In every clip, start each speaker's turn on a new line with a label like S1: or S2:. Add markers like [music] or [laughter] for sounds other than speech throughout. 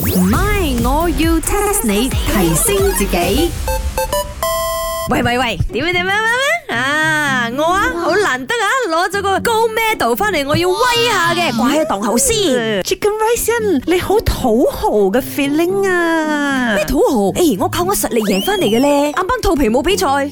S1: 唔係，我要 test 你提升自己。
S2: 喂喂喂，點啊點啊點啊啊！我啊好難得啊，攞咗個高 medal 翻嚟，我要威下嘅，掛喺檔口先。
S3: Chicken rice 啊，你好土豪嘅 feeling à. 啊！
S2: 咩土豪？誒、我靠我實力贏翻嚟嘅咧，啱啱肚皮舞比賽，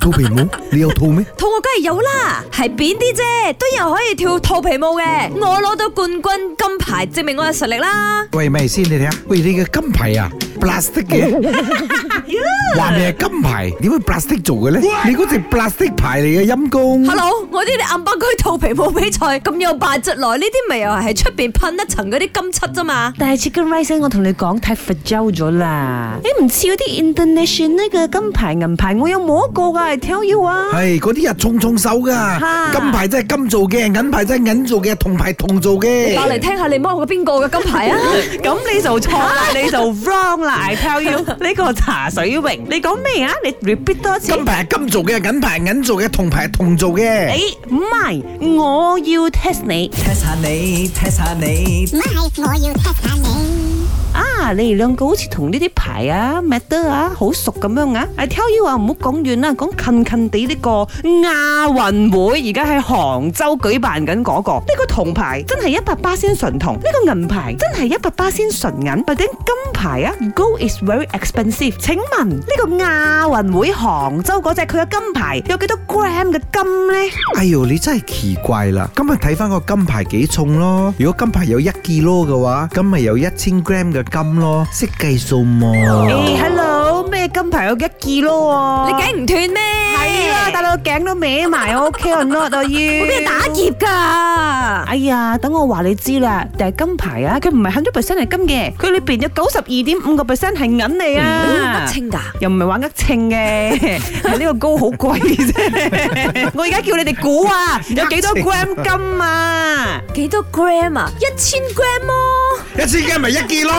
S4: 肚皮舞，你有肚咩？
S2: 肚我梗係有啦，係扁啲啫，都有可以跳肚皮舞嘅。我攞到冠軍金牌，證明我有實力啦。
S4: 喂，咪先你睇下，喂你嘅金牌啊，plastic à? 嘅，話你係金牌，點會 plastic 做嘅咧？你嗰隻 plastic 牌嚟嘅陰公。
S2: Hello，我呢啲暗崩區肚皮舞比賽咁有八質來，呢啲咪又係出邊噴一層嗰啲金漆啫嘛。
S3: 但係 Chicken rice 呢我同你講太 fragile 咗啦，你唔似嗰啲 international 嘅金牌銀牌，我有摸過噶，I tell you à. 啊！
S4: 係嗰啲人重重手噶，
S3: 嚇
S4: 金牌真係金做嘅，銀牌真係銀做嘅，銅牌銅做嘅。
S2: 話嚟聽下你摸過邊個嘅金牌啊？
S3: 咁你就錯啦，你就 wrong 啦，I tell you 呢個茶水榮，你講咩啊？你 repeat 多一次。
S4: 金牌係金做嘅，銀牌係銀做嘅，銅牌係銅做嘅。
S3: 你唔係，我要 test 你
S5: test 下你，test 下你
S6: My, 我要 test 下你。
S3: 啊！你哋兩個好似同呢啲牌啊、matter 啊好熟咁樣啊！I tell you 啊，唔好講遠啦，講近近地呢個亞運會，而家喺杭州舉辦緊嗰、個。呢、個銅牌真係一百巴仙純銅，呢、個銀牌真係一百巴仙純銀，或者金牌啊，gold is very expensive。請問呢、個亞運會杭州嗰只佢嘅金牌有幾多 gram 嘅金呢？
S4: 哎呦，你真係奇怪啦！今日睇翻個金牌幾重咯，如果金牌有一 kg 嘅話，咁咪有一千 gram 嘅金咯，識計數麼？
S3: 誒、h e l l o 咩金牌有一 kg 咯？
S2: 你頸唔斷咩？
S3: 係啦，大佬頸都歪埋，我 OK or not À. 啊要？
S2: 啊我俾人打劫噶。
S3: 哎呀，等我話你知啦，但係金牌啊，佢唔係 hundred percent 係金嘅，佢裏邊有九十二點五個 percent 係銀嚟啊
S2: 呃。清噶，
S3: 又唔係玩呃稱嘅， [laughs] 係呢個高好
S2: [laughs]
S3: 貴啫。我而家叫你哋估啊，有幾
S2: 呃
S3: 多 gram
S2: [laughs]
S3: 金啊？
S2: 幾多 gram 啊？一千 gram 咯，
S4: 一千 gram 咪一 kg 咯。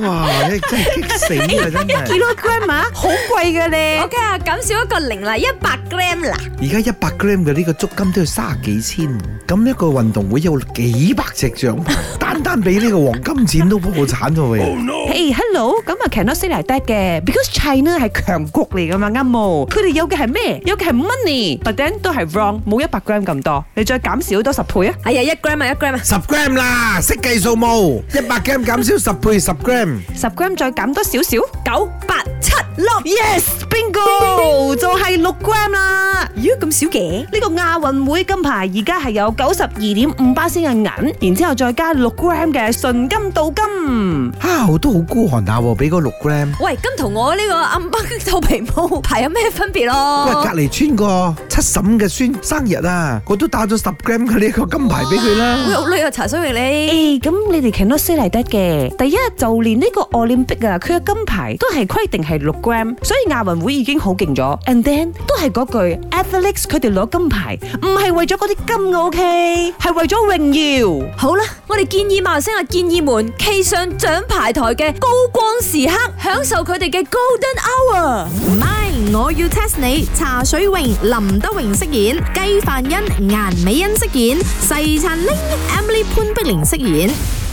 S4: 哇，你真係激死啊！真
S3: 幾
S4: 係，
S3: 多 gram 啊？好貴嘅咧
S2: 我。梗係減少一個零啦，一百 gram 啦。
S4: 而家一百 gram 嘅呢個足金都要卅幾千，咁一個運動會有幾百隻獎牌，單單俾呢個黃金錢都破產咗喂！
S3: Hey hello，咁啊 cannot say like that 嘅，because China 係強國嚟噶嘛，啱冇？佢哋有嘅係咩？有嘅係 money，but then 都係 wrong，冇一百 gram 咁多，你再減少多十倍啊！
S2: 哎呀，一 À, dạ, gram 啊，一 gram 啊。
S4: 十 gram 啦，識計數冇？一百 gram 減少十倍，十 gram。
S3: 十 gram 再減多少少
S2: 九八七六，
S3: ，yes，bingo，就係六 gram 啦。
S2: 咦咁少嘅？
S3: 呢個亞運會金牌而家係有九十二點五巴仙嘅銀，然之後再加六 gram 嘅純金鍍金。
S4: 啊，我都好孤寒下喎，俾嗰六 gram。
S2: 喂，咁同我呢個暗 [laughs] 北肚皮舞牌有咩分別
S4: 喂，隔
S2: 咯？
S4: 離村個七嬸嘅孫生日啊，我都打咗十 gram 嘅呢個金牌俾佢
S2: 喂，
S4: 啦。
S2: 好女啊，茶水榮你。
S3: 誒，咁你哋 cannot say 嚟得嘅。第一，就連呢個奧林匹克啊，佢嘅金牌都係規定係六 gram，所以亞運會已經好勁咗。And then 都係嗰句，athletes 佢哋攞金牌唔係為咗嗰啲金嘅，OK，係為咗榮耀。
S2: 好啦，我哋建議馬來西亞建議們企上獎牌台嘅高光時刻，享受佢哋嘅 Golden Hour。
S1: 唔係，我要 test 你。茶水榮、林德榮飾演，雞范欣、顏美欣飾演，細陳玲、Emily 潘碧玲飾演。